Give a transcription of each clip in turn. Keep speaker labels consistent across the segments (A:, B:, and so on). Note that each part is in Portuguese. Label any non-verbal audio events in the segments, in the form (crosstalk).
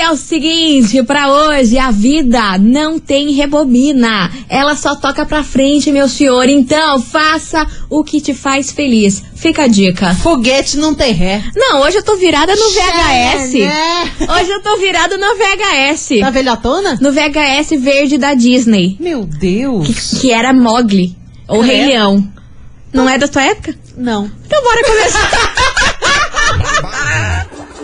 A: É o seguinte, para hoje a vida não tem rebobina. Ela só toca pra frente, meu senhor. Então, faça o que te faz feliz. Fica a dica.
B: Foguete não tem ré.
A: Não, hoje eu tô virada no VHS.
B: né?
A: Hoje eu tô virada no VHS.
B: Na velhotona?
A: No VHS verde da Disney,
B: Meu Deus.
A: que, que era Mogli ou Rei
B: Credo.
A: Leão. Não é da tua época?
B: Não.
A: Então bora começar.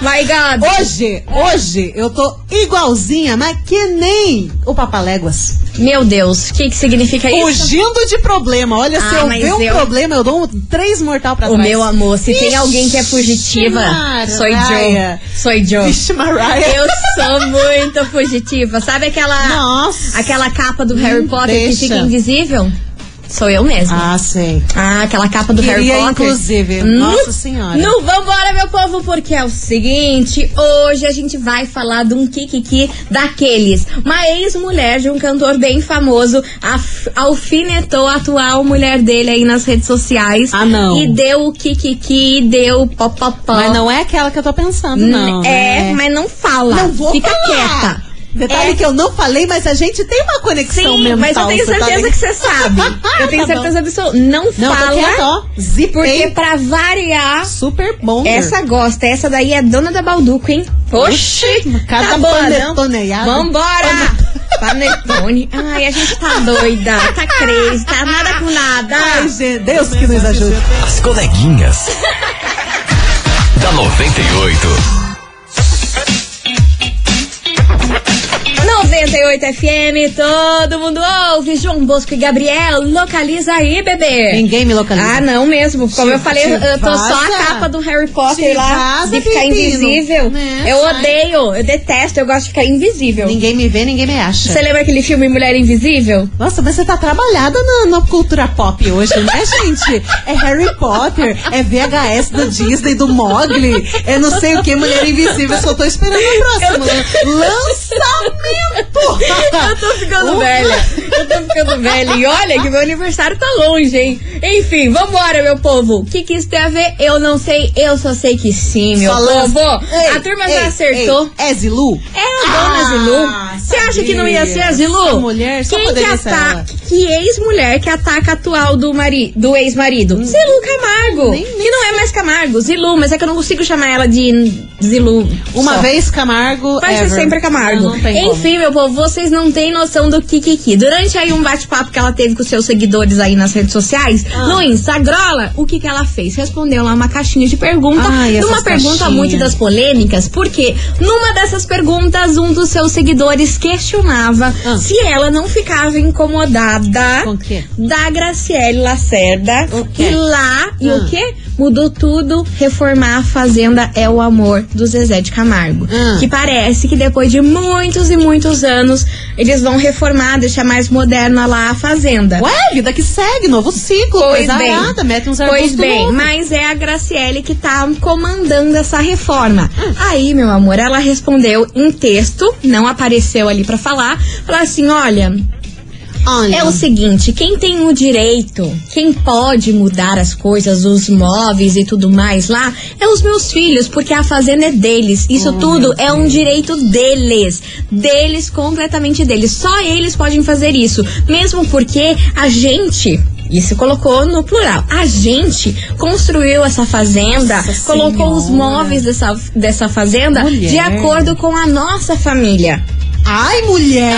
A: Vai, gado!
B: Hoje, hoje, eu tô igualzinha, mas que nem o Papaléguas.
A: Meu Deus, o que, que significa É isso?
B: Fugindo de problema. Olha, se
A: Ah,
B: eu
A: mas
B: ver um
A: eu-
B: problema, eu dou um três mortal pra
A: O
B: trás.
A: meu amor, se tem
B: Vixe,
A: alguém que é fugitiva, sou
B: Mariah.
A: Joe. Sou Joe.
B: Vixe, Mariah.
A: Eu sou muito fugitiva. Sabe aquela
B: Nossa. Hum,
A: aquela capa do Harry Potter que
B: deixa.
A: fica invisível? Sou eu mesma.
B: Ah, sei.
A: Ah, aquela capa do
B: Queria,
A: Harry Potter. Hum?
B: inclusive. Nossa Senhora.
A: Não, vambora, meu povo, porque é o seguinte: hoje a gente vai falar de um Kikiki daqueles. Uma ex-mulher de um cantor bem famoso af- alfinetou a atual mulher dele aí nas redes sociais.
B: Ah, não.
A: E deu o Kikiki, deu o popopó.
B: Mas não é aquela que eu tô pensando, não.
A: É,
B: né?
A: mas não fala.
B: Não vou
A: Fica
B: falar.
A: quieta.
B: Detalhe
A: É.
B: que eu não falei, mas a gente tem uma conexão
A: Sim,
B: mental.
A: mas eu
B: você
A: tenho
B: tá
A: certeza
B: ligado?
A: que você (laughs) sabe. Eu tenho
B: Tá bom.
A: certeza absoluta. Não,
B: Não, tô quieta,
A: fala.
B: ó. Zipei. tá
A: Porque pra variar,
B: Super bom.
A: Essa gosta, essa daí é dona da Balduco, hein? Oxi!
B: cada
A: tá boa, não?
B: panetoneada.
A: Vambora! Panetone. Ai, a gente tá doida, tá crazy, tá nada com nada.
B: Ai, gente, Deus que nos ajude.
C: As coleguinhas. da 98.
A: 98 FM, todo mundo ouve. João Bosco e Gabriel, localiza aí, bebê.
B: Ninguém me localiza.
A: Ah, não mesmo. Como eu falei,
B: te
A: eu tô só
B: vaza.
A: a capa do Harry Potter
B: Te
A: lá.
B: vaza,
A: De ficar
B: menino.
A: invisível.
B: Né,
A: Eu
B: sai.
A: odeio, eu detesto, eu gosto de ficar invisível.
B: Ninguém me vê, ninguém me acha.
A: Você lembra aquele filme Mulher Invisível?
B: Nossa, mas você tá trabalhada na, na cultura pop hoje,
A: (laughs)
B: né, gente? É Harry Potter, é VHS do Disney, do Mogli, é não sei o que, Mulher Invisível. Só tô esperando o próximo lançamento!
A: Eu tô ficando
B: Uma-
A: velha. Eu tô ficando velha. E olha que meu aniversário tá longe, hein? Enfim, vambora, meu povo. O que, que isso tem a ver? Eu não sei. Eu só sei que sim, meu
B: Só lança-
A: povo. a turma já
B: ei,
A: acertou.
B: ei, é Zilu?
A: É a dona
B: Ah,
A: Zilu. Você acha que não ia ser a
B: sabia.
A: Zilu?
B: Essa mulher só
A: Quem
B: poderia
A: que
B: ser
A: ataca,
B: ela.
A: Que ex-mulher que ataca a atual do, mari, do ex-marido? Zilu Camargo.
B: Hum. nem- nem
A: que não é mais Camargo, Zilu. Mas é que eu não consigo chamar ela de Zilu.
B: Uma
A: só.
B: vez Camargo.
A: Vai ser
B: ever.
A: sempre Camargo.
B: Não, não tem como.
A: Enfim, meu povo, vocês não têm noção do Kikiki. Durante a aí um bate-papo que ela teve com seus seguidores aí nas redes sociais.
B: Ah.
A: No Instagram, o que que ela fez? Respondeu lá uma caixinha de pergunta.
B: Ai,
A: e uma
B: essas
A: pergunta
B: caixinhas.
A: muito das polêmicas, porque numa dessas perguntas, um dos seus seguidores questionava
B: Ah.
A: se ela não ficava incomodada
B: Com o quê?
A: da Graciele Lacerda.
B: O
A: que
B: quê?
A: lá, e
B: Ah.
A: o quê? Mudou tudo, reformar a fazenda é o amor do Zezé de Camargo.
B: Ah.
A: Que parece que depois de muitos e muitos anos, eles vão reformar, deixar mais moderna lá a fazenda.
B: Ué, vida que segue, novo ciclo, coisa arada, mete uns
A: pois
B: arbustos
A: bem,
B: novos.
A: mas é a Graciele que tá comandando essa reforma. Aí, meu amor, ela respondeu em texto, não apareceu ali pra falar, falou assim: olha,
B: Olha,
A: é o seguinte, quem tem o direito, quem pode mudar as coisas, os móveis e tudo mais lá, é os meus filhos, porque a fazenda é deles. Isso tudo é um direito deles. Deles, completamente deles. Só eles podem fazer isso. Mesmo porque a gente. Isso colocou no plural. A gente construiu essa fazenda,
B: Nossa
A: colocou os
B: Senhora.
A: móveis dessa, dessa fazenda de
B: Mulher.
A: acordo com a nossa família.
B: ai, mulher,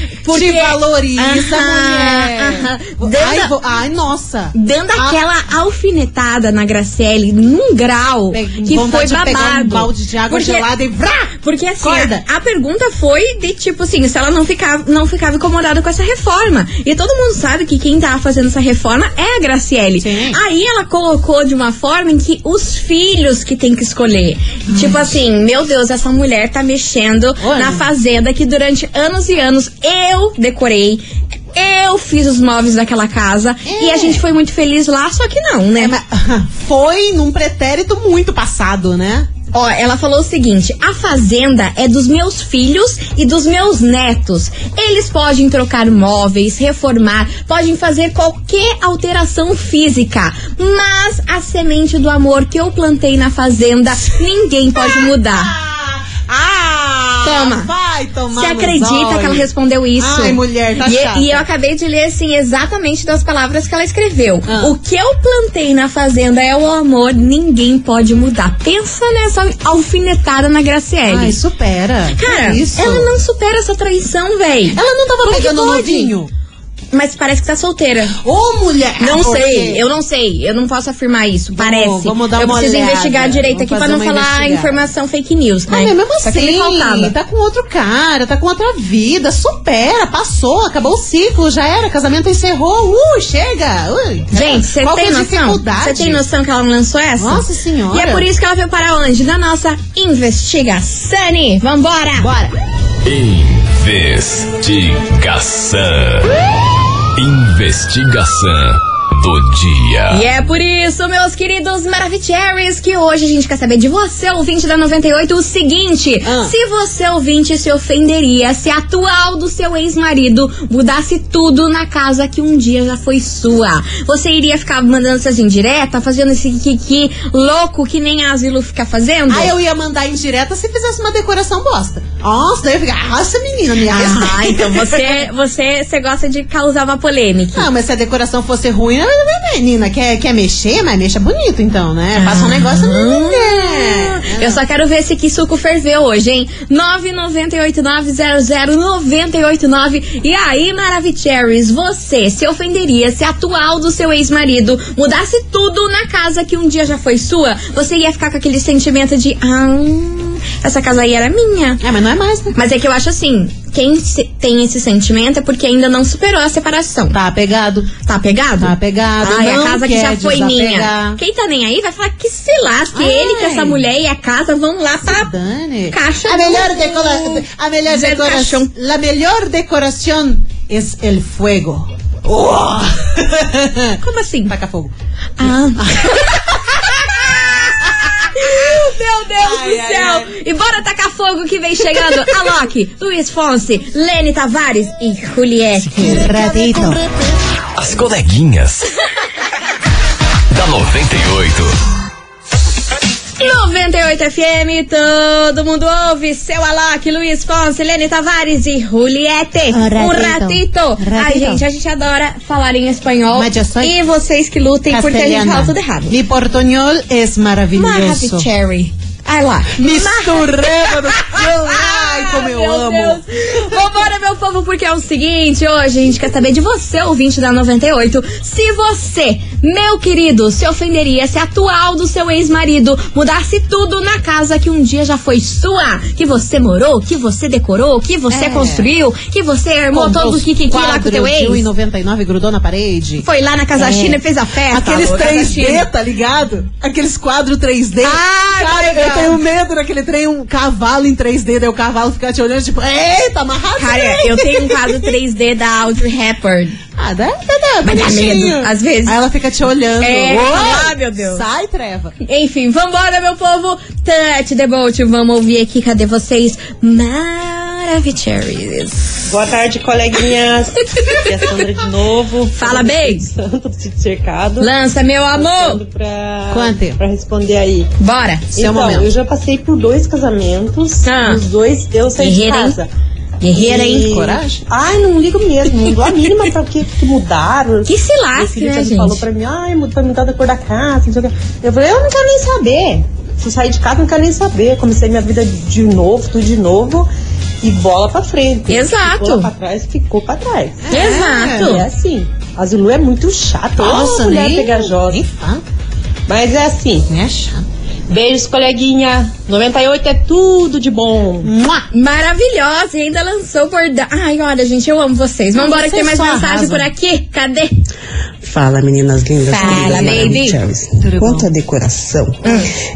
A: Aham.
B: te
A: Porque-
B: valoriza,
A: Aham,
B: mulher.
A: aham.
B: Ai,
A: Dando-
B: vo- ai, nossa.
A: dando
B: Ah.
A: aquela alfinetada na Graciele num grau
B: Pe-
A: que foi
B: vontade de
A: babado.
B: pegar um balde de água
A: porque,
B: gelada e vrá!
A: porque assim,
B: Corda.
A: a, a pergunta foi de tipo assim, se ela não ficava, não ficava incomodada com essa reforma. E todo mundo sabe que quem tá fazendo essa reforma é a Graciele.
B: Sim.
A: Aí ela colocou de uma forma em que os filhos que tem que escolher. Tipo assim, meu Deus, essa mulher tá mexendo
B: Olha.
A: na fazenda que durante anos e anos eu decorei. Eu fiz os móveis daquela casa e a gente foi muito feliz lá, só que não, né?
B: É, mas- foi num pretérito muito passado, né?
A: Ó, ela falou o seguinte: a fazenda é dos meus filhos e dos meus netos. Eles podem trocar móveis, reformar, podem fazer qualquer alteração física. Mas a semente do amor que eu plantei na fazenda, ninguém pode mudar.
B: Ah! ah
A: Toma.
B: Vai tomar
A: Você
B: nos
A: acredita que ela
B: olhos.
A: respondeu isso?
B: Ai, mulher, tá
A: e,
B: chata.
A: e eu acabei de ler, assim, exatamente das palavras que ela escreveu.
B: Ah.
A: O que eu plantei na fazenda é o amor, ninguém pode mudar. Pensa nessa alfinetada na Graciele.
B: Ai, supera.
A: Cara,
B: Que isso.
A: ela não supera essa traição, véi.
B: Ela não tava
A: Como que
B: pegando
A: pode?
B: novinho.
A: Mas parece que tá solteira.
B: Ô, mulher!
A: Não
B: Por quê?
A: sei, eu não sei, eu não posso afirmar isso, parece.
B: vamos dar
A: eu
B: uma
A: preciso
B: olhada,
A: investigar direito
B: vamos
A: aqui pra
B: fazer
A: não
B: uma
A: falar
B: investigada.
A: informação fake news, né?
B: Ah, mas mesmo
A: Só que ele
B: assim,
A: faltava.
B: tá com outro cara, tá com outra vida, supera, passou, acabou o ciclo, já era, casamento encerrou, uh, chega! Ui,
A: Gente, você
B: Qual que é
A: tem
B: a
A: noção?
B: dificuldade?
A: Você tem noção que ela não lançou essa?
B: Nossa Senhora.
A: E é por isso que ela veio para onde? Na nossa investigação. Vambora!
B: Bora!
C: Investigação. Investigação do dia.
A: E é por isso, meus queridos Maravicheries, que hoje a gente quer saber de você, ouvinte da 98, o seguinte:
B: Ah.
A: se você, ouvinte, se ofenderia se a atual do seu ex-marido mudasse tudo na casa que um dia já foi sua. Você iria ficar mandando essas indiretas, fazendo esse kiki louco que nem a Asilo fica fazendo?
B: Aí Ah, eu ia mandar indireta se fizesse uma decoração bosta. Nossa, daí eu fiquei, ah, essa menina me (laughs)
A: Ah,
B: respeita.
A: (laughs) então você, você, você gosta de causar uma polêmica.
B: Ah, mas se a decoração fosse ruim, né, menina, quer, quer mexer, mas mexa bonito então, né?
A: Ah.
B: Faça um negócio. né?
A: Eu só quero ver se que suco ferveu hoje, hein? 998900989. E aí, Maravicheries, você se ofenderia se a atual do seu ex-marido mudasse tudo na casa que um dia já foi sua? Você ia ficar com aquele sentimento de, ah, essa casa aí era minha.
B: É, mas não é mais, né?
A: Mas é que eu acho assim, quem se- tem esse sentimento é porque ainda não superou a separação.
B: Tá pegado.
A: Tá pegado?
B: Tá pegado.
A: Ai,
B: Não
A: a casa que
B: quer
A: já foi
B: desapegar.
A: minha. Quem tá nem aí vai falar que se lasque
B: Ai.
A: ele, que essa mulher e a casa vão lá pra.
B: Dani.
A: Caixa
B: a
A: do-
B: melhor decoração. A melhor
A: Del
B: decoração.
A: caixão.
B: La melhor decoração es el fuego. Oh!
A: Como assim?
B: Taca fogo.
A: Ah. Meu Deus
B: Ai,
A: do
B: ai,
A: céu! E bora tacar fogo que
B: (laughs)
A: vem chegando Alok, Luiz Fonse, Lene Tavares e Juliette.
B: Radito.
C: As coleguinhas. (laughs) da 98.
A: 98 FM, todo mundo ouve, seu Alok, Luiz Fonse, Lene Tavares e Juliette.
B: Um ratito.
A: Um ratito. Ai,
B: Ratito.
A: gente, a gente adora falar em espanhol.
B: Mas eu sou-
A: E vocês que lutem, porque a gente fala tudo errado.
B: Mi portuñol es maravilloso.
A: Cherry. Ai lá. (laughs)
B: Misturando. Ai, como eu
A: Meu
B: amo.
A: Deus. Vambora, meu meu povo, porque é o seguinte, hoje a gente quer saber de você, ouvinte da 98, se você, meu querido, se ofenderia se a atual do seu ex-marido mudasse tudo na casa que um dia já foi sua, que você morou, que você decorou, que você
B: É.
A: construiu, que você armou
B: Comprou
A: todo o
B: os
A: kikiki lá com
B: quadros
A: teu
B: de
A: ex.
B: 1,99 e grudou na parede.
A: Foi lá na Casa
B: É.
A: China e fez a festa.
B: Aqueles
A: alô, Casa
B: 3D,
A: China.
B: tá ligado? Aqueles quadros 3D.
A: Ah, que
B: Cara, eu
A: legal.
B: tenho medo daquele trem, um cavalo em 3D, daí o cavalo ficar te olhando, tipo, eita, amarrado.
A: Cara, eu tenho um caso 3D da Audrey
B: (laughs)
A: Hepburn.
B: Ah, dá, dá, dá,
A: Mas dá
B: bonitinho.
A: medo, às vezes.
B: Aí ela fica te olhando.
A: É,
B: Uou!
A: ah, meu Deus.
B: Sai, treva.
A: Enfim, vambora, meu povo. Touch the boat. Vamos ouvir aqui, cadê vocês? Maravicheries.
D: Boa tarde, coleguinhas. Aqui é a Sandra de novo.
A: Fala bem.
D: Do Santo, do Sítio Cercado.
A: Lança, meu amor.
D: Passando Pra,
B: Quanto?
D: pra responder aí.
A: Bora.
B: Seu
D: então,
B: momento.
D: eu já passei por dois casamentos.
A: Ah.
D: Os dois eu saí
A: Guerreira, hein?
D: de casa.
A: Guerreira, hein?
D: E-
B: Coragem.
D: Ai, não ligo mesmo. Não dou a mínima pra que, que mudaram.
A: Que se
D: Meu
A: lasque,
D: filho
A: né,
D: já
A: gente?
D: falou pra mim, ai, mud- foi mudar da cor da casa, não sei o quê. Eu falei, eu não quero nem saber. Se eu sair de casa, eu não quero nem saber. Comecei minha vida de novo, tudo de novo. E bola pra frente.
A: Exato.
D: Ficou pra trás, ficou pra trás.
A: Exato.
D: É assim. A Zulu é muito chata. Nossa, mulher
B: nem-
D: pegajosa.
B: Nem fala,
D: Mas é assim.
B: nem Tá? é chato.
D: Beijos, coleguinha. 98 é tudo de bom.
B: Mua!
A: Maravilhosa. E ainda lançou por. da- Ai, olha, gente, eu amo vocês. Vambora, que tem mais
B: Vocês só
A: mensagem
B: arrasam.
A: por aqui. Cadê?
E: Fala, meninas lindas.
A: Fala,
E: queridas,
A: baby.
E: maravilhosas.
B: Tudo
D: é
E: Quanto à decoração,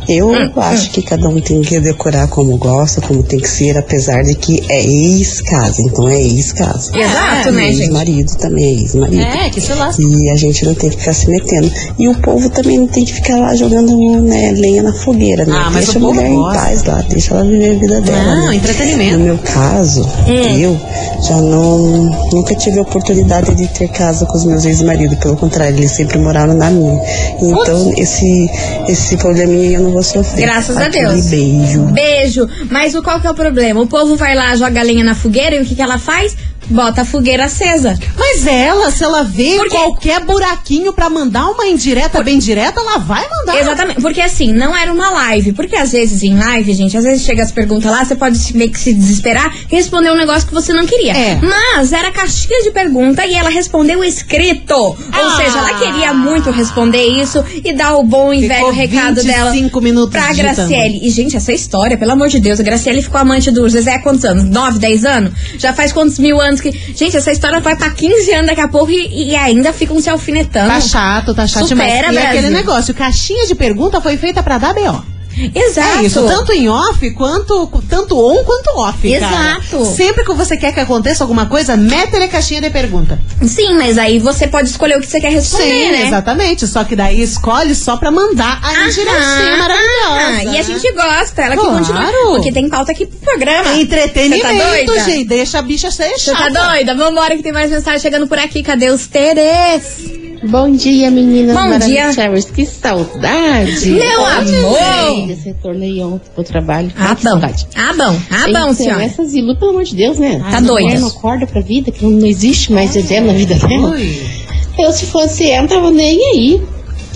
E: eu acho que cada um tem que decorar como gosta, como tem que ser, apesar de que é ex-casa. Então é ex-casa.
A: Exato, né, gente?
E: Ex-marido também é ex-marido.
B: É, que se lasca.
E: E a gente não tem que ficar se metendo. E o povo também não tem que ficar lá jogando né, lenha na fogueira, né?
B: Ah, mas
E: deixa
B: o
E: a
B: povo
E: mulher em
B: gosta.
E: paz lá, deixa ela viver a vida dela.
B: Não,
E: né?
B: entretenimento.
E: No meu caso,
A: Hum.
E: eu já não nunca tive a oportunidade de ter casa com os meus ex-maridos. Pelo contrário, eles sempre moraram na minha. Então, esse, esse probleminha eu não vou sofrer.
A: Graças a
E: Aquele
A: Deus.
E: beijo.
A: Beijo. Mas o qual que é o problema? O povo vai lá, joga a lenha na fogueira e o que, que ela faz? Bota a fogueira acesa.
B: Mas ela, se ela vê
A: Por quê?
B: qualquer buraquinho pra mandar uma indireta bem direta, ela vai mandar.
A: Exatamente, porque assim, não era uma live. Porque às vezes em live, gente, às vezes chega as perguntas lá, você pode se- meio que se desesperar, responder um negócio que você não queria.
B: É.
A: Mas era caixinha de pergunta e ela respondeu escrito. Ou
B: Ah.
A: seja, ela queria muito responder isso e dar o bom e
B: Ficou
A: velho recado
B: 25
A: dela
B: minutos
A: pra
B: digitando.
A: Graciele. E, gente, essa história, pelo amor de Deus, a Graciele ficou amante do Zezé há quantos anos? 9, 10 anos? Já faz quantos mil anos que. Gente, essa história vai pra 15 anos daqui a pouco e, e ainda ficam se alfinetando.
B: Tá chato, tá chato
A: Supera,
B: demais. E
A: Brasil.
B: aquele negócio, caixinha de pergunta foi feita pra dar B.O.
A: Exato.
B: É isso, tanto em off, quanto tanto on, quanto off, cara.
A: Exato.
B: Sempre que você quer que aconteça alguma coisa, mete-lhe caixinha de pergunta.
A: Sim, mas aí você pode escolher o que você quer responder, né?
B: exatamente. Só que daí escolhe só pra mandar a indiretinha
A: Aham,
B: maravilhosa.
A: aham. ah, E a gente gosta, ela
B: Claro.
A: que continua. Porque tem pauta aqui pro programa.
B: Entretenimento,
A: Cê tá doida?
B: gente. Deixa a bicha ser
A: Você tá
B: chata.
A: doida? Vambora que tem mais mensagem chegando por aqui. Cadê os Teres?
F: Bom dia, meninas
A: Bom dia.
F: maravilhosas. Que saudade.
A: Meu amor!
F: Eu retornei ontem pro trabalho.
A: Ah,
F: Ai, que
A: bom.
F: saudade.
A: Ah, bom. Ah, bom,
F: Então,
A: senhora.
F: Essa Zilu, pelo amor de Deus, né?
A: Tá
F: Essa mulher
A: doida.
F: Não acorda pra vida, que não, não existe mais Zezé na vida dela.
B: Ui.
F: Eu, se fosse ela, não tava nem aí.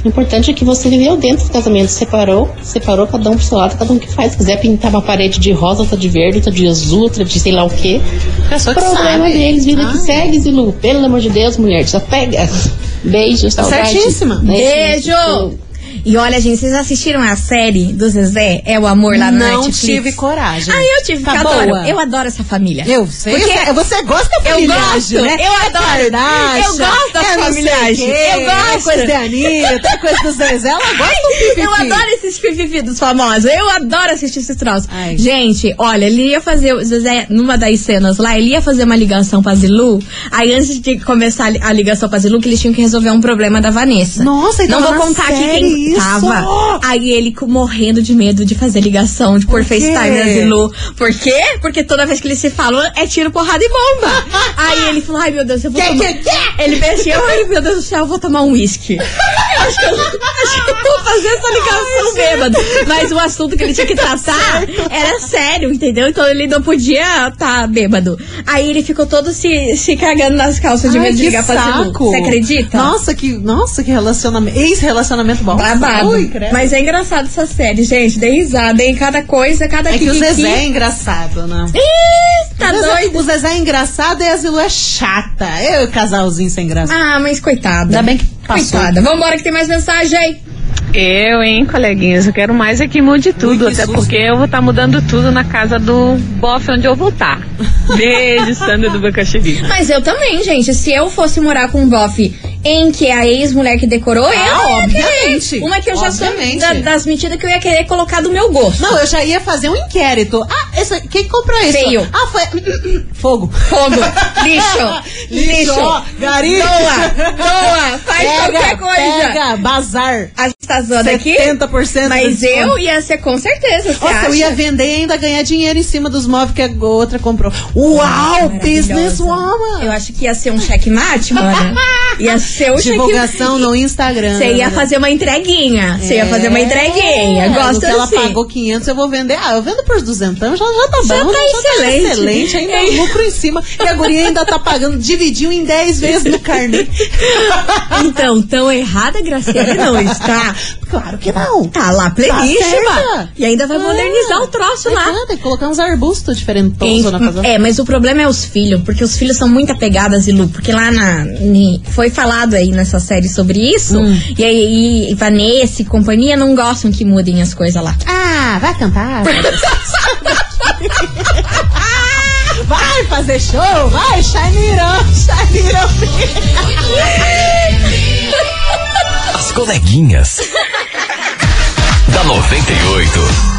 F: O importante é que você viveu dentro do casamento, separou, separou cada um pro seu lado, cada um que faz. Se quiser pintar uma parede de rosa, outra de verde, outra de azul, outra de sei lá o quê.
B: Pessoa que
F: Problema
B: sabe.
F: deles, vida
B: Ah.
F: que segue, Zilu. Pelo amor de Deus, mulher, só pega. (laughs) Beijo, saudade.
B: certíssima.
F: né,
A: Beijo! E olha, gente, vocês assistiram a série do Zezé? É o Amor lá no
B: Não
A: Netflix?
B: tive coragem.
A: Ah, eu tive,
B: Tá
A: porque eu adoro.
B: boa?
A: Eu adoro essa família.
B: Eu sei.
A: Porque
B: você, você gosta da
A: Eu
B: família,
A: gosto,
B: né?
A: eu adoro.
B: Verdade.
A: Eu gosto da
B: é não sei
A: família.
B: o quê,
A: Eu gosto.
B: É coisa da Anitta, é coisa do Zezé. Ela gosta do pipi.
A: Eu adoro esses pipipi dos famosos. Eu adoro assistir esses troços.
B: Ai.
A: Gente, olha, ele ia fazer. o Zezé, numa das cenas lá, ele ia fazer uma ligação pra Zilu. Aí antes de começar a li- a ligação pra Zilu, que eles tinham que resolver um problema da Vanessa.
B: Nossa, e
A: Não
B: tava
A: vou
B: na
A: contar aqui
B: série
A: quem
B: isso?
A: tava. Aí ele co- morrendo de medo de fazer ligação, de pôr
B: quê?
A: FaceTime na Zilu. Por quê? Porque toda vez que eles se falam, é tiro, porrada
B: (laughs)
A: e bomba. Aí ele assim, falou: ai meu Deus, eu vou
B: Quê,
A: tomar.
B: quê, quê? (laughs)
A: Ele pensou, ai meu Deus do céu, eu vou tomar um uísque. acho que eu, acho que eu vou fazer essa ligação bêbada. Mas o assunto que ele tinha que
B: Tá
A: tratar era sério, entendeu? Então ele não podia estar bêbado. Aí ele ficou todo se, se cagando nas calças de
B: Ai,
A: medo de
B: que
A: ligar pra Silu.
B: saco.
A: Você acredita?
B: Nossa, que, nossa, que relacionamento. Ex-relacionamento bom.
A: Babado.
B: Ui, credo.
A: Mas é engraçado essa série, gente. Dei risada, hein? Cada coisa, cada
B: é que o
A: kikiki.
B: Zezé é engraçado, né?
A: Ih, tá
B: o, Zezé,
A: doido.
B: o Zezé é engraçado e a Zilu é chata. Eu, casalzinho sem graça.
A: Ah, mas coitada.
B: Ainda bem que passou.
A: Coitada. Vambora que tem mais mensagem.
G: Eu, hein, coleguinhas, eu quero mais é que mude tudo,
B: Ui, que
G: até
B: susto.
G: porque eu vou estar mudando tudo na casa do bofe onde eu vou estar. Beijo, Sandra do Boca Chiquita.
A: Mas eu também, gente. Se eu fosse morar com um bofe em que é a ex-mulher que decorou, eu ia querer.
B: Ah, obviamente.
A: Uma que eu já sou
B: Obviamente.
A: da- das medidas que eu ia querer colocar do meu gosto.
B: Não, eu já ia fazer um inquérito. Ah, essa, quem comprou isso?
A: Feio.
B: Ah, foi. (coughs) Fogo.
A: Fogo, lixo,
B: (laughs) Lixo, ó,
A: lixo.
B: garimpo. (laughs)
A: Doa, doa, faz
B: Pega,
A: qualquer coisa.
B: pega, bazar.
A: A gente tá zoando aqui.
B: 70%
A: Mas
B: de desconto.
A: eu ia ser com certeza, você
B: Uhum. Nossa,
A: acha?
B: eu ia vender e ainda ganhar dinheiro em cima dos móveis que a outra comprou. Uau,
A: Maravilhosa.
B: Ah, businesswoman!
A: Eu acho que ia ser um checkmate, mano.
B: (laughs)
A: Ia ser um
B: Divulgação
A: checkmate.
B: no Instagram.
A: Você ia fazer uma entreguinha. Você ia fazer uma entreguinha. Gosto
B: Gosta É. ela
A: assim.
B: pagou (laughs) 500, eu vou vender. Ah, eu vendo por 200, então já, já tá
A: Já
B: bom.
A: tá
B: né?
A: excelente.
B: excelente. Ainda é
A: (laughs)
B: um lucro em cima. E a guria ainda tá pagando, dividiu em 10 vezes no carnê.
A: Então, tão errada,
B: (laughs)
A: Graciela, não está.
B: Claro que não.
A: Tá lá, pleníssima.
B: certa.
A: E ainda vai
B: Ah,
A: modernizar o troço
B: é
A: lá.
B: claro, Tem que colocar uns arbustos diferentosos na casa.
A: É, mas o problema é os filhos, porque os filhos são muito apegados a Lu, porque lá na ni- foi falado aí nessa série sobre isso,
B: Hum.
A: e aí e Vanessa e companhia não gostam que mudem as coisas lá.
B: Ah, vai (laughs) cantar. vai fazer show, vai, Shainirão, Shainirão.
C: As coleguinhas. da 98.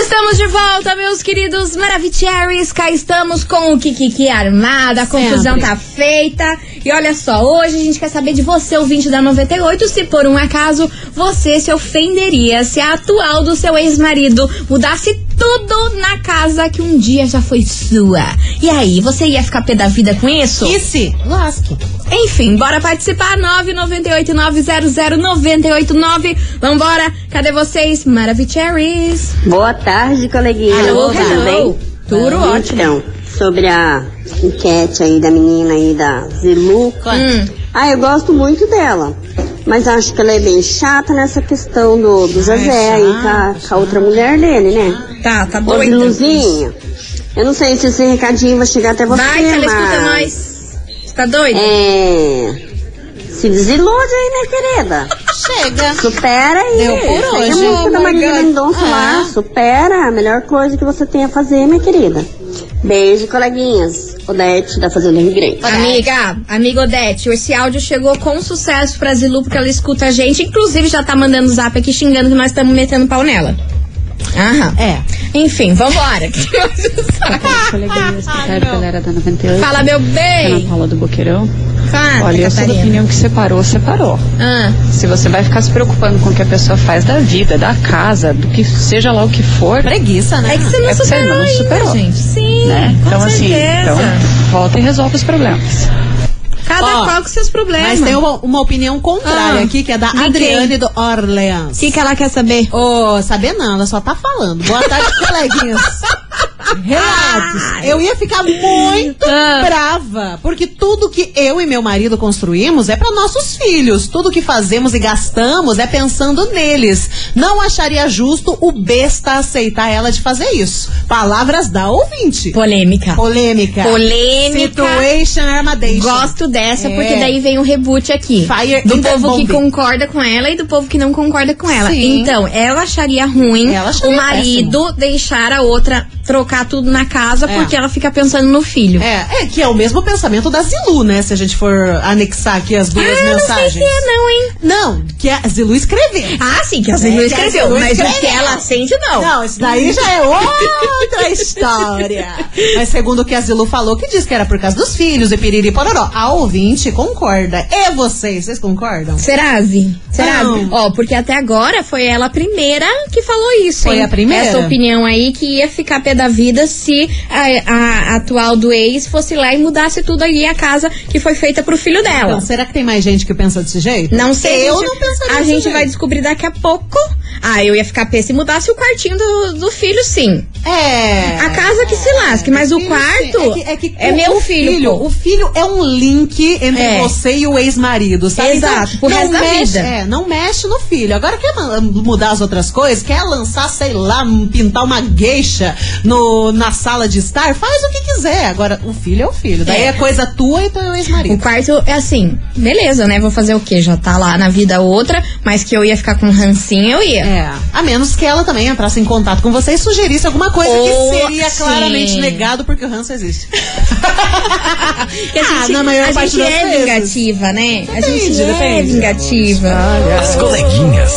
A: Estamos de volta, meus queridos Maravicheries. Cá estamos com o Kikiki Armada. A confusão
B: Sempre.
A: tá feita. E olha só, hoje a gente quer saber de você, ouvinte da 98, se por um acaso você se ofenderia se a atual do seu ex-marido mudasse tudo na casa que um dia já foi sua. E aí, você ia ficar pé da vida com isso?
B: Kissy, lasque.
A: Enfim, bora participar. 998-900-989. Vambora, cadê vocês, Maravicheries?
H: Boa tarde, coleguinha.
A: Alô,
H: Tudo
A: hello.
H: bem?
A: Tudo
H: Então, Então, sobre a enquete aí da menina aí da Zilu.
A: Hum.
H: Ah, eu gosto muito dela. Mas acho que ela é bem chata nessa questão do, do
B: Ah, é
H: Zezé aí com a, com a outra mulher dele, né?
A: Tá, tá
H: Ô,
A: bom. então.
H: Ziluzinha, eu não sei se esse recadinho vai chegar até você,
I: é
A: Vai, que ela escuta
H: mas...
A: nós. Você tá doido?
H: É... Se desilude aí, né, querida?
B: Chega.
H: Supera aí.
B: Deu por
H: Pega a
B: hoje.
H: música da Marília
B: Morgan.
H: Mendonça
B: Ah.
H: lá. Supera. A melhor coisa que você tem a fazer, minha querida. Beijo, coleguinhas. Odete tá um da Fazenda Rio Grande.
A: Amiga, amiga Odete, esse áudio chegou com sucesso pra Zilu, porque ela escuta a gente. Inclusive, já tá mandando zap aqui xingando que nós estamos metendo pau nela. Aham.
B: É.
A: Enfim, vambora. (laughs) Que hoje o saco.
I: Coleguinhas, boa tarde, galera da 98.
A: Fala, meu
I: Ana
A: bem.
I: Paula do Boqueirão.
A: Fala,
I: Olha, eu sou da
A: Catarina.
I: opinião que separou, separou.
A: Ah,
I: Se você vai ficar se preocupando com o que a pessoa faz da vida, da casa, do que seja lá o que for,
B: Preguiça, né?
A: é que você não
I: É que você
A: superou
I: não
A: ainda,
I: superou.
A: gente. Sim,
I: né?
A: com
I: então assim,
A: certeza.
I: então, volta e resolve os problemas.
A: Cada
B: Ó,
A: qual com seus problemas.
B: Mas tem uma, uma opinião contrária
A: Ah,
B: aqui, que é da
A: de quem?
B: Adriane do Orleans.
A: O que, que ela quer saber?
B: Ô, saber não, ela só tá falando. Boa tarde, (laughs) coleguinhas.
I: Ah!
B: Relatos. Eu ia ficar muito
A: Ah.
B: brava, porque tudo que eu e meu marido construímos é pra nossos filhos. Tudo que fazemos e gastamos é pensando neles. Não acharia justo o besta aceitar ela de fazer isso. Palavras da ouvinte.
A: Polêmica.
B: Polêmica.
A: Polêmica.
B: Situation Armadation.
A: Gosto dessa,
B: É.
A: porque daí vem o reboot aqui.
B: Fire
A: do
B: in the
A: povo que
B: bomb.
A: concorda com ela e do povo que não concorda com ela.
B: Sim.
A: Então, ela acharia ruim
B: Ela acharia
A: o marido deixar a outra trocar tudo na casa
B: É.
A: porque ela fica pensando no filho.
B: É, é que é o mesmo pensamento da Zilu, né? Se a gente for anexar aqui as duas
A: Ah, não sei
B: mensagens.
A: se é não, hein?
B: Não, que a Zilu escreveu.
A: Ah, sim, que a
B: É,
A: Zilu
B: que a
A: escreveu,
B: Zilu
A: mas o que
B: escreveu.
A: ela sente, não.
B: Não, isso daí já é outra (laughs) história. Mas segundo o que a Zilu falou, que diz que era por causa dos filhos e piriri pororó. A ouvinte concorda. E vocês, vocês concordam?
A: Será, Zi? Será?
B: Não.
A: Ó, porque até agora foi ela a primeira que falou isso.
B: Foi
A: hein?
B: a primeira?
A: Essa opinião aí que ia ficar pé pé da vida se a, a atual do ex fosse lá e mudasse tudo ali a casa que foi feita pro filho dela.
B: Então, será que tem mais gente que pensa desse jeito?
A: Não sei.
B: Então, Eu
A: gente.
B: não pensaria
A: A
B: desse
A: gente
B: jeito.
A: vai descobrir daqui a pouco. Ah, eu ia ficar pé se mudasse o quartinho do, do filho, sim.
B: É.
A: A casa que se lasque, mas o quarto
B: É, que- é que
A: é
B: o-
A: meu
B: o
A: filho. pô.
B: O filho é um link entre
A: É.
B: você e o ex-marido, sabe? Então,
A: Exato, pro
B: não
A: resto da
B: mexe,
A: vida.
B: É, não mexe no filho. Agora quer man- mudar as outras coisas? Quer lançar, sei lá, um- pintar uma gueixa no, na sala de estar? Faz o que quiser. Agora, o filho é o filho. Daí
A: É.
B: é, coisa tua e teu
A: O
B: ex-marido.
A: quarto é assim, beleza, né? Vou fazer o quê? Já tá lá na vida outra, mas que eu ia ficar com rancinho, eu ia.
B: É. A menos que ela também entrasse em contato com você e sugerisse alguma coisa
A: Ou
B: que seria
A: sim.
B: claramente negado porque o ranço existe.
A: Porque a
B: Ah,
A: gente,
B: na maior
A: a
B: parte
A: gente
B: das
A: é
B: vezes.
A: vingativa, né? A gente
B: Depende,
A: é
B: depende.
A: vingativa.
C: As coleguinhas.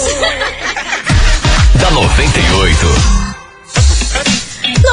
C: da 98.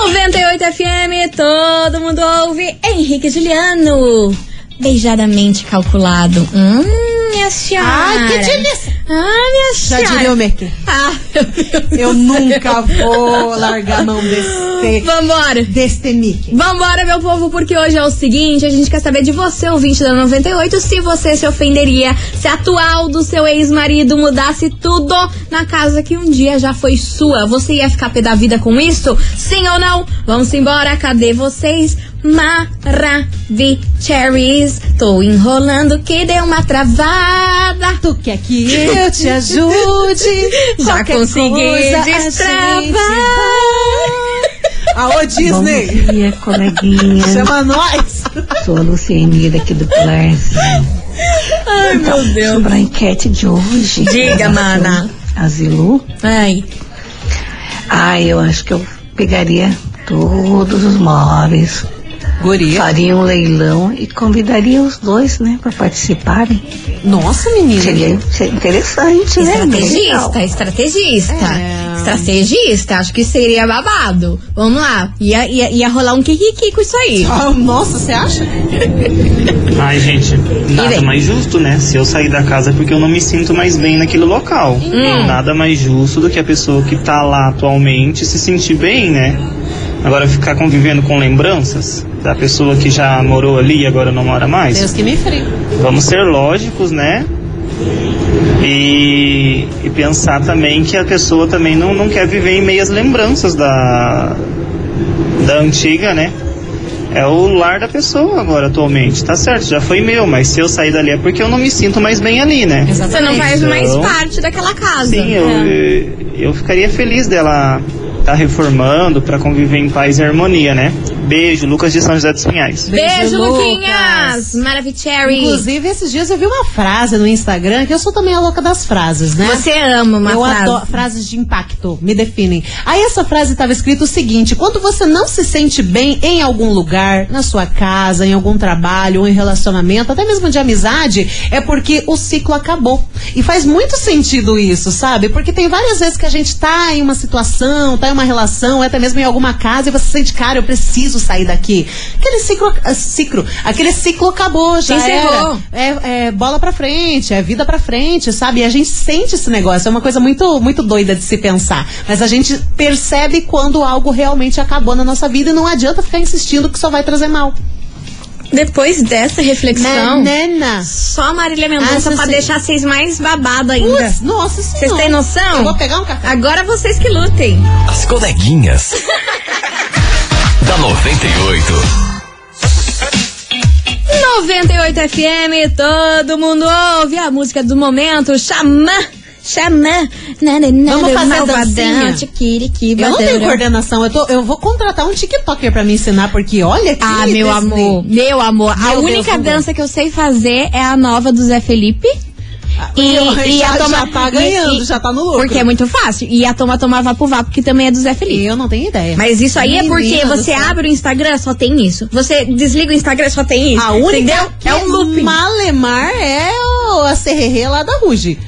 A: 98 FM, todo mundo ouve. Henrique e Juliano, beijadamente calculado. Hum, minha senhora.
B: Ai, que delícia.
A: Ai, minha
B: Já
A: senhora.
B: diria o Merkel.
A: Ah, (laughs) meu Deus do
B: Eu
A: céu.
B: nunca vou largar a mão desse.
A: Vambora.
B: Deste Mickey.
A: Vambora, meu povo, porque hoje é o seguinte: a gente quer saber de você, ouvinte da 98, se você se ofenderia se a atual do seu ex-marido mudasse tudo na casa que um dia já foi sua. Você ia ficar pé da vida com isso? Sim ou não? Vamos embora, cadê vocês? Maravicheries, tô enrolando que deu uma travada.
B: Tu quer que eu te ajude?
A: Já
B: Qualquer
A: consegui
B: coisa a gente
A: destravar.
B: vai. Alô, Disney!
J: Bom dia, coleguinha.
B: Chama nós!
J: Sou a Luciene daqui do Pilarzinho.
A: Ai, meu Deus.
J: Sobre a enquete de hoje.
A: Diga,
J: relação
A: mana.
J: A Zilu.
A: Ai,
J: Ah, eu acho que eu pegaria todos os móveis.
B: Guria.
J: Faria um leilão e convidaria os dois, né, pra participarem.
B: Nossa, menina!
J: Seria, seria interessante, né? Bem legal.
A: Estrategista, estrategista.
B: É.
A: Estrategista, acho que seria babado. Vamos lá. Ia, ia, ia rolar um kikiki com isso aí.
B: Ah, nossa, você acha?
K: Ai, gente, nada
A: vem.
K: mais justo, né? Se eu sair da casa é porque eu não me sinto mais bem naquele local. Nada mais justo do que a pessoa que tá lá atualmente se sentir bem, né? Agora ficar convivendo com lembranças da pessoa que já morou ali e agora não mora mais.
B: Deus que me frio.
K: Vamos ser lógicos, né? E, e pensar também que a pessoa também não, não quer viver em meias lembranças da, da antiga, né? É o lar da pessoa agora atualmente, tá certo, já foi meu, mas se eu sair dali é porque eu não me sinto mais bem ali, né?
A: Você não faz mais
K: Então,
A: parte daquela casa.
K: Sim, eu,
A: É.
K: eu ficaria feliz dela estar reformando pra conviver em paz e harmonia, né? Beijo, Lucas de São José dos Pinhais.
A: Beijo,
B: Beijo,
A: Luquinhas!
B: Lucas.
A: Maravicherry!
B: Inclusive, esses dias eu vi uma frase no Instagram, que eu sou também a louca das frases, né?
A: Você ama uma
B: eu
A: frase.
B: adoro frases de impacto, me definem. Aí essa frase estava escrita o seguinte: quando você não se sente bem em algum lugar, na sua casa, em algum trabalho, ou em relacionamento, até mesmo de amizade, é porque o ciclo acabou. E faz muito sentido isso, sabe? Porque tem várias vezes que a gente tá em uma situação, tá em uma relação, até mesmo em alguma casa, e você sente, cara, eu preciso sair daqui. Aquele ciclo, ah, ciclo aquele ciclo acabou, já
A: Encerrou.
B: era é, é bola pra frente, é vida pra frente, sabe? E a gente sente esse negócio, é uma coisa muito, muito doida de se pensar. Mas a gente percebe quando algo realmente acabou na nossa vida e não adianta ficar insistindo que só vai trazer mal.
A: Depois dessa reflexão,
B: Menina!
A: Né, só Marília Mendonça
B: Ah, sim,
A: pra
B: sim.
A: deixar vocês mais babado ainda.
B: Putz, nossa senhora!
A: Vocês têm noção?
B: Eu vou pegar um café.
A: Agora vocês que lutem.
C: As coleguinhas. (laughs) da 98.
A: 98 FM, todo mundo ouve a música do momento, Xamã. Xamã. né,
B: Vamos fazer a dancinha?
A: tiquiriqui,
B: Eu não tenho
A: badura.
B: coordenação, eu, tô, eu vou contratar um TikToker pra me ensinar, porque olha que.
A: Ah,
B: Disney.
A: meu amor, meu amor. a
B: né? Meu Deus,
A: única
B: não dá.
A: dança que eu sei fazer é a nova do Zé Felipe. E,
B: Ah, eu-
A: e
B: já-
A: a toma,
B: já tá ganhando,
A: e- e-
B: já tá no lucro.
A: Porque é muito fácil. E a toma toma vapo vapo, que também é do Zé Felipe.
B: Eu não tenho ideia.
A: Mas isso aí é porque
B: Menina do
A: você
B: céu.
A: abre o Instagram, só tem isso. Você desliga o Instagram, só tem isso.
B: A única
A: É um Entendeu?
B: que é
A: É um looping.
B: Malemar é o, a serrerê lá da Ruge.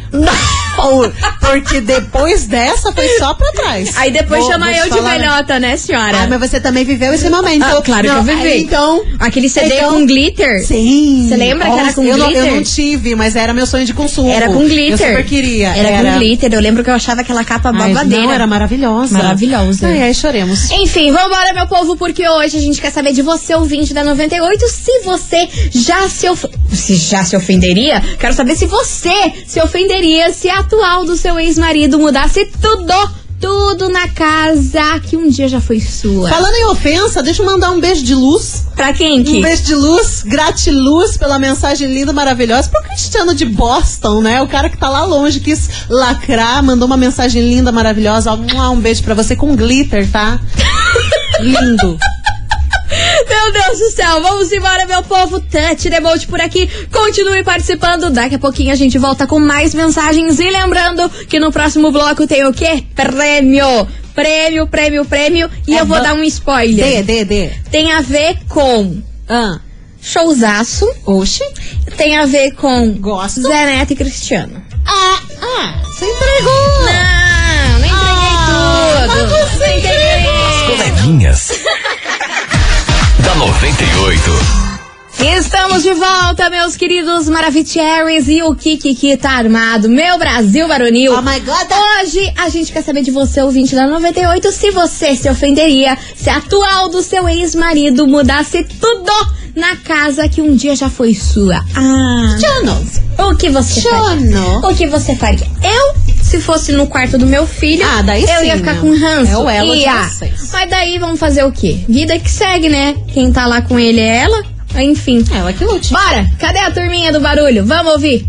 B: Ou- (laughs) porque depois dessa foi só pra trás.
A: Aí depois
B: Vou-
A: chama
B: vou te
A: eu de
B: falar.
A: velhota, né, senhora?
B: Ah, mas você também viveu esse momento.
A: Ah, claro que
B: Não,
A: eu vivi.
B: aí, Então.
A: Aquele CD
B: então-
A: com glitter?
B: Sim.
A: Você lembra que era
B: Nossa,
A: com
B: eu não-
A: glitter?
B: eu não tive, mas era meu sonho de consumo.
A: Era com glitter.
B: Eu super queria.
A: Era, com glitter. Eu lembro que eu achava aquela capa
B: Ai,
A: babadeira.
B: não, era maravilhosa.
A: Maravilhosa.
B: Ai, ai, choremos.
A: Enfim, vambora, meu povo, porque hoje a gente quer saber de você, ouvinte da 98, se você já se, of... se já se ofenderia. Quero saber se você se ofenderia se a atual do seu ex-marido mudasse tudo, tudo na casa que um dia já foi sua.
B: Falando em ofensa, deixa eu mandar um beijo de luz.
A: Pra quem que?
B: Um beijo de luz, gratiluz pela mensagem linda, maravilhosa. Pro Cristiano de Boston, né? O cara que tá lá longe, quis lacrar, mandou uma mensagem linda, maravilhosa. Mua, Um beijo pra você com glitter,
L: (laughs)
B: tá? Lindo.
A: Meu Deus do céu, vamos embora, meu povo. Touch the boat por aqui. Continue participando. Daqui a pouquinho a gente volta com mais mensagens. E lembrando que no próximo bloco tem o quê? Prêmio. Prêmio, prêmio, prêmio. E
B: É
A: eu vou
B: bom.
A: dar um
B: Dê,
A: spoiler.
B: dê, dê.
A: Tem a ver com
B: Ah,
A: showzaço.
B: Oxi.
A: Tem a ver com
B: Gosto.
A: Zé Neto e Cristiano.
B: Ah, ah, você entregou.
A: Não, não entreguei
B: Ah,
A: tudo.
B: mas você
A: Não
C: As
A: entreguei.
C: coleguinhas. (laughs) da 98.
A: Estamos de volta, meus queridos Maravicheries e o Kikiki tá armado. Meu Brasil varonil.
B: Oh my God.
A: Hoje a gente quer saber de você, ouvinte da 98, se você se ofenderia se a atual do seu ex-marido mudasse tudo na casa que um dia já foi sua. Ah,
B: Jonas.
A: o que você
B: Jono.
A: faria? O que você faria? Eu, se fosse no quarto do meu filho,
B: Ah, daí
A: eu
B: sim,
A: ia ficar
B: né?
A: com ranço.
B: É o elo de
A: ia.
B: vocês.
A: Mas daí vamos fazer o quê? Vida que segue, né? Quem tá lá com ele é ela. Enfim.
B: É, Ela que lute.
A: Bora! Cadê a turminha do barulho? Vamos ouvir.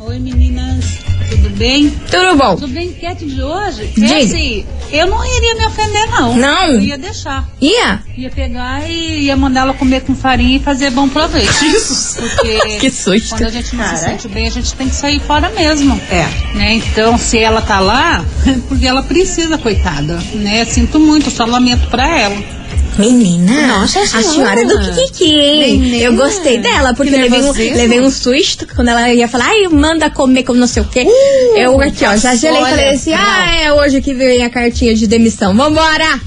L: Oi meninas, tudo bem?
A: Tudo bom?
L: Sobre a enquete de hoje,
A: Diga.
L: esse, eu não iria me ofender não.
A: Não?
L: Eu ia deixar.
A: Ia?
L: Ia pegar e ia mandar ela comer com farinha e fazer bom proveito. Jesus! Porque
A: Que susto.
L: quando a gente não se
A: Caraca.
L: sente bem, a gente tem que sair fora mesmo.
B: É.
L: Né? Então, se ela tá lá, (laughs) porque ela precisa, coitada. Né? Sinto muito, só lamento pra ela.
A: Menina,
B: Nossa
A: a senhora é do Kikiki, hein?
B: Menina.
A: Eu gostei dela, porque
B: Que
A: levei um,
B: nervosismo.
A: levei um susto quando ela ia falar, ai, manda comer como não sei o quê. eu aqui, ó, já gelei e
B: Uh,
A: falei
B: olha,
A: assim,
B: não.
A: ah, é hoje que vem a cartinha de demissão. Vambora!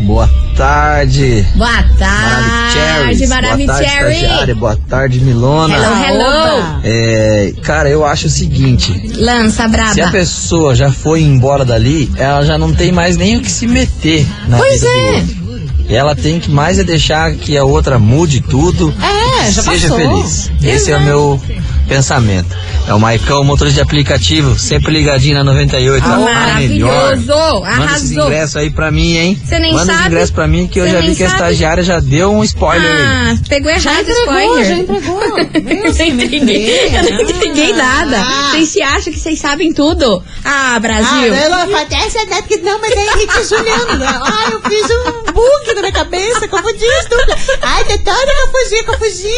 M: Boa tarde.
A: Boa tarde,
M: Maravicherrys. Boa tarde, estagiária.
A: Maravicherry!
M: Boa tarde, Milona.
A: Hello, hello!
B: Oba.
M: É, cara, eu acho o seguinte.
A: Lança
M: Se a
A: braba.
M: pessoa já foi embora dali, ela já não tem mais nem o que se meter na
A: Pois
M: vida
A: é.
M: do outro. Ela tem que mais é deixar que a outra mude tudo.
B: É, já
M: seja
B: passou.
M: feliz. Esse é o meu pensamento. É o Maicão, motorista de aplicativo, sempre ligadinho na 98. a melhor.
A: Ah, Maravilhoso!
M: Manda esses
A: Arrasou!
M: ingressos aí pra mim, hein?
A: Cê nem
M: Manda
A: sabe?
M: os ingressos pra mim que eu
A: Cê
M: já
A: nem
M: vi que a
A: sabe?
M: estagiária já deu um spoiler aí.
A: Ah, pegou errado o
B: Entregou,
A: spoiler.
B: já (laughs) entregou.
A: Eu
B: Deus,
A: não
B: que me
A: entreguei,
B: entrega.
A: eu (laughs) não entreguei nada.
B: Ah.
A: Vocês se acham que vocês sabem tudo? Ah,
B: Ah,
A: Brasil.
B: ela fala, essa é data que não, mas é Henrique Juliano. Ah, eu fiz um bug na minha cabeça, confundi as duplas. Ai, Tetânia, confundi, confundi.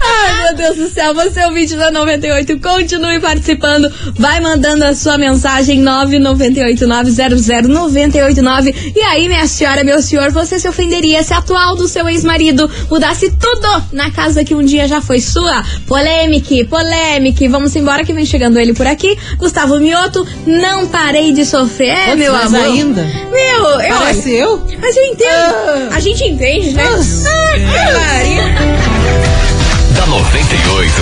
A: Ai, meu Deus do céu, você é o vídeo da 98. Continue participando. Vai mandando a sua mensagem 998900989. E aí, minha senhora, meu senhor, você se ofenderia se a atual do seu ex-marido mudasse tudo na casa que um dia já foi sua? Polêmique, polêmique. Vamos embora que vem chegando ele por aqui. Gustavo Mioto, não parei de sofrer. É,
B: Putz,
A: meu
B: mas
A: amor.
B: ainda?
A: Meu, eu.
B: Parece eu?
A: Mas eu entendo. A gente entende, né? Ah,
B: É.
A: que pariu.
C: Da 98.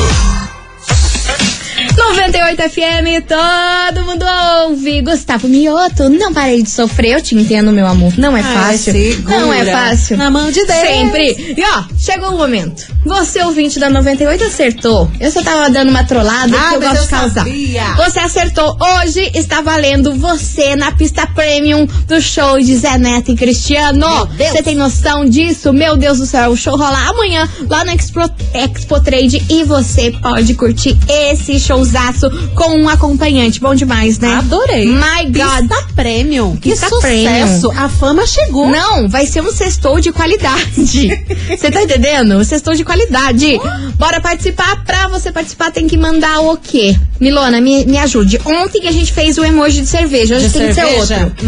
A: 98 FM, todo mundo ouve. Gustavo Mioto, não parei de sofrer, eu te entendo, meu amor. Não é
B: Ai,
A: fácil.
B: segura
A: não é fácil.
B: na mão de Deus.
A: Sempre. E ó, chegou o momento. Você, ouvinte da 98, acertou. Eu só tava dando uma trollada
B: Ah,
A: que eu
B: mas
A: gosto
B: eu
A: de causar.
B: sabia.
A: Você acertou. Hoje está valendo você na pista premium do show de Zé Neto e Cristiano.
B: Meu Deus.
A: Você tem noção disso? Meu Deus do céu, o show rola amanhã lá na Expo, Expo Trade e você pode curtir esse showzaço com um acompanhante. Bom demais, né?
B: Adorei.
A: My God.
B: Pista Premium. Que
A: Pista
B: sucesso. A fama chegou.
A: Não, vai ser um sextou
B: (laughs)
A: de qualidade. Você tá entendendo? Um sextou de qualidade. Bora participar. Pra você participar, tem que mandar o quê? Milona, me, me ajude. Ontem que a gente fez o emoji de cerveja. Hoje
B: De
A: tem que ser
B: cerveja?
A: outro.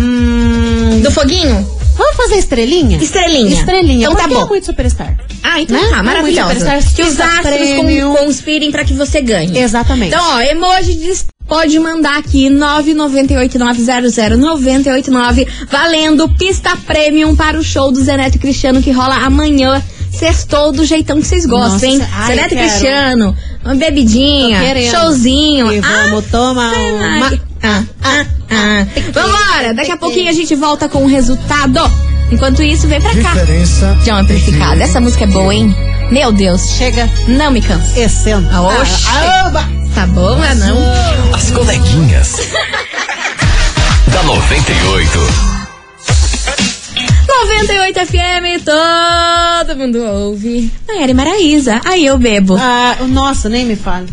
A: Do foguinho?
B: Hum, Vamos fazer estrelinha?
A: Estrelinha.
B: Estrelinha.
A: Então tá
B: Porque
A: bom.
B: é muito superstar.
A: Ah, então
B: Né?
A: tá,
B: Não,
A: maravilhosa.
B: muito superstar,
A: Que os
B: pista
A: astros con-
B: premium.
A: conspirem pra que você ganhe.
B: Exatamente.
A: Então, ó, emoji de pode mandar aqui 998900989 valendo pista premium para o show do Zeneto e Cristiano que rola amanhã. Sextou do jeitão que vocês gostam,
B: Nossa,
A: hein?
B: ai,
A: Zeneto e
B: quero.
A: Cristiano, uma bebidinha,
B: Tô querendo.
A: showzinho. Ah,
B: E vamos tomar
A: sei lá.
B: uma-
A: Ah, ah, ah. Vambora, daqui a pouquinho a gente volta com o resultado. Enquanto isso, vem pra cá.
N: Diferença
A: De um amplificado. Essa música é boa, hein? Meu Deus. Chega. Não me cansa.
B: Essendo.
A: Oxi. Tá bom, é não?
C: As coleguinhas. da 98.
A: 98 FM, todo mundo ouve. Maiara e Maraísa, aí eu bebo.
B: Ah, nossa, nem me
A: (laughs)
B: fale.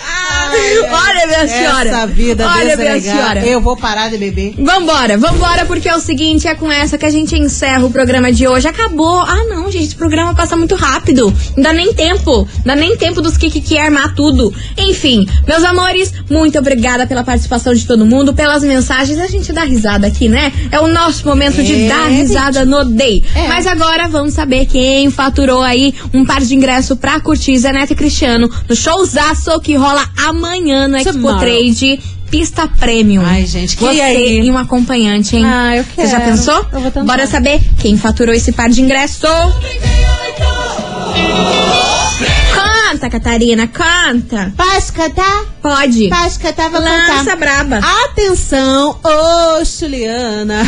A: Olha, minha
B: Essa
A: senhora.
B: vida
A: Olha, minha
B: desregada.
A: senhora.
B: Eu vou parar de beber.
A: Vambora, vambora, porque é o seguinte, é com essa que a gente encerra o programa de hoje. Acabou. Ah, não, gente, esse programa passa muito rápido. Não dá nem tempo. Não dá nem tempo dos que, que, que armar tudo. Enfim, meus amores, muito obrigada pela participação de todo mundo, pelas mensagens. A gente dá risada aqui, né? É o nosso momento de
B: É,
A: dar risada no Day. Mas agora vamos saber quem faturou aí um par de ingresso pra curtir Zeneto e Cristiano no showzaço que rola amanhã no Expo
B: Tomorrow.
A: Trade. Pista Premium. Ai, gente,
B: que
A: Você
B: aí?
A: e um acompanhante, hein? Ah, eu Você já
B: quero.
A: pensou?
B: Eu vou tentar.
A: Bora saber quem faturou esse par de ingresso. Conta, Catarina, conta.
B: Posso cantar?
A: Pode.
B: Posso cantar? Vou
A: Lança
B: cantar.
A: braba.
B: Atenção, ô Juliana.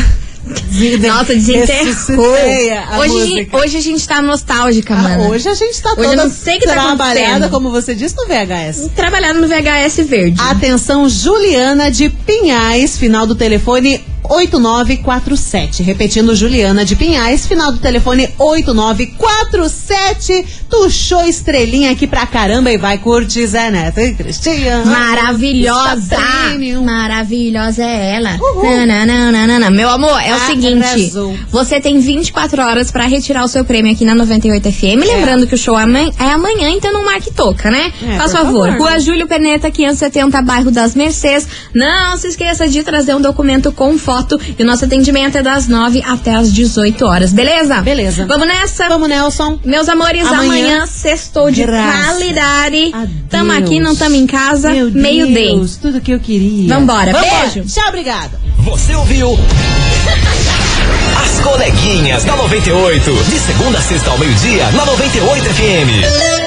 A: Nossa, desenterrou.
B: Ressuscitei a
A: Hoje, a gente-
B: música.
A: hoje a gente tá nostálgica, mano.
B: Hoje a gente tá
A: Hoje eu
B: toda
A: não sei o que tá
B: trabalhada,
A: acontecendo.
B: como você disse, no VHS.
A: Trabalhando no VHS verde.
B: Atenção, Juliana de Pinhais, final do telefone 8947. Repetindo, Juliana de Pinhais, final do telefone 8947. Tuxou estrelinha aqui pra caramba e vai curtir Zé Neto e Cristiano.
A: Maravilhosa!
B: Está bem,
A: Maravilhosa é ela. Nananana. Meu amor, é o
B: Ah,
A: seguinte:
B: arrasou.
A: você tem 24 horas pra retirar o seu prêmio aqui na 98 FM. Lembrando que o show aman- é amanhã, então não marque toca, né?
B: É,
A: Faz
B: por
A: favor.
B: favor.
A: Rua Júlio Peneta, 570, bairro das Mercês. Não se esqueça de trazer um documento com foto. E o nosso atendimento é das 9 até as 18 horas, beleza? Beleza. Vamos nessa?
B: Vamos, Nelson.
A: Meus amores, amanhã,
B: Amanhã.
A: sextou de
B: Graças
A: qualidade. Tamo
B: Deus.
A: aqui, não tamo em casa.
B: Meu
A: meio day.
B: Deus, tudo que eu queria.
A: Vambora,
B: Vambora.
A: beijo.
B: Tchau, obrigado.
C: Você ouviu? As coleguinhas da 98. De segunda a sexta ao meio-dia, na 98 FM.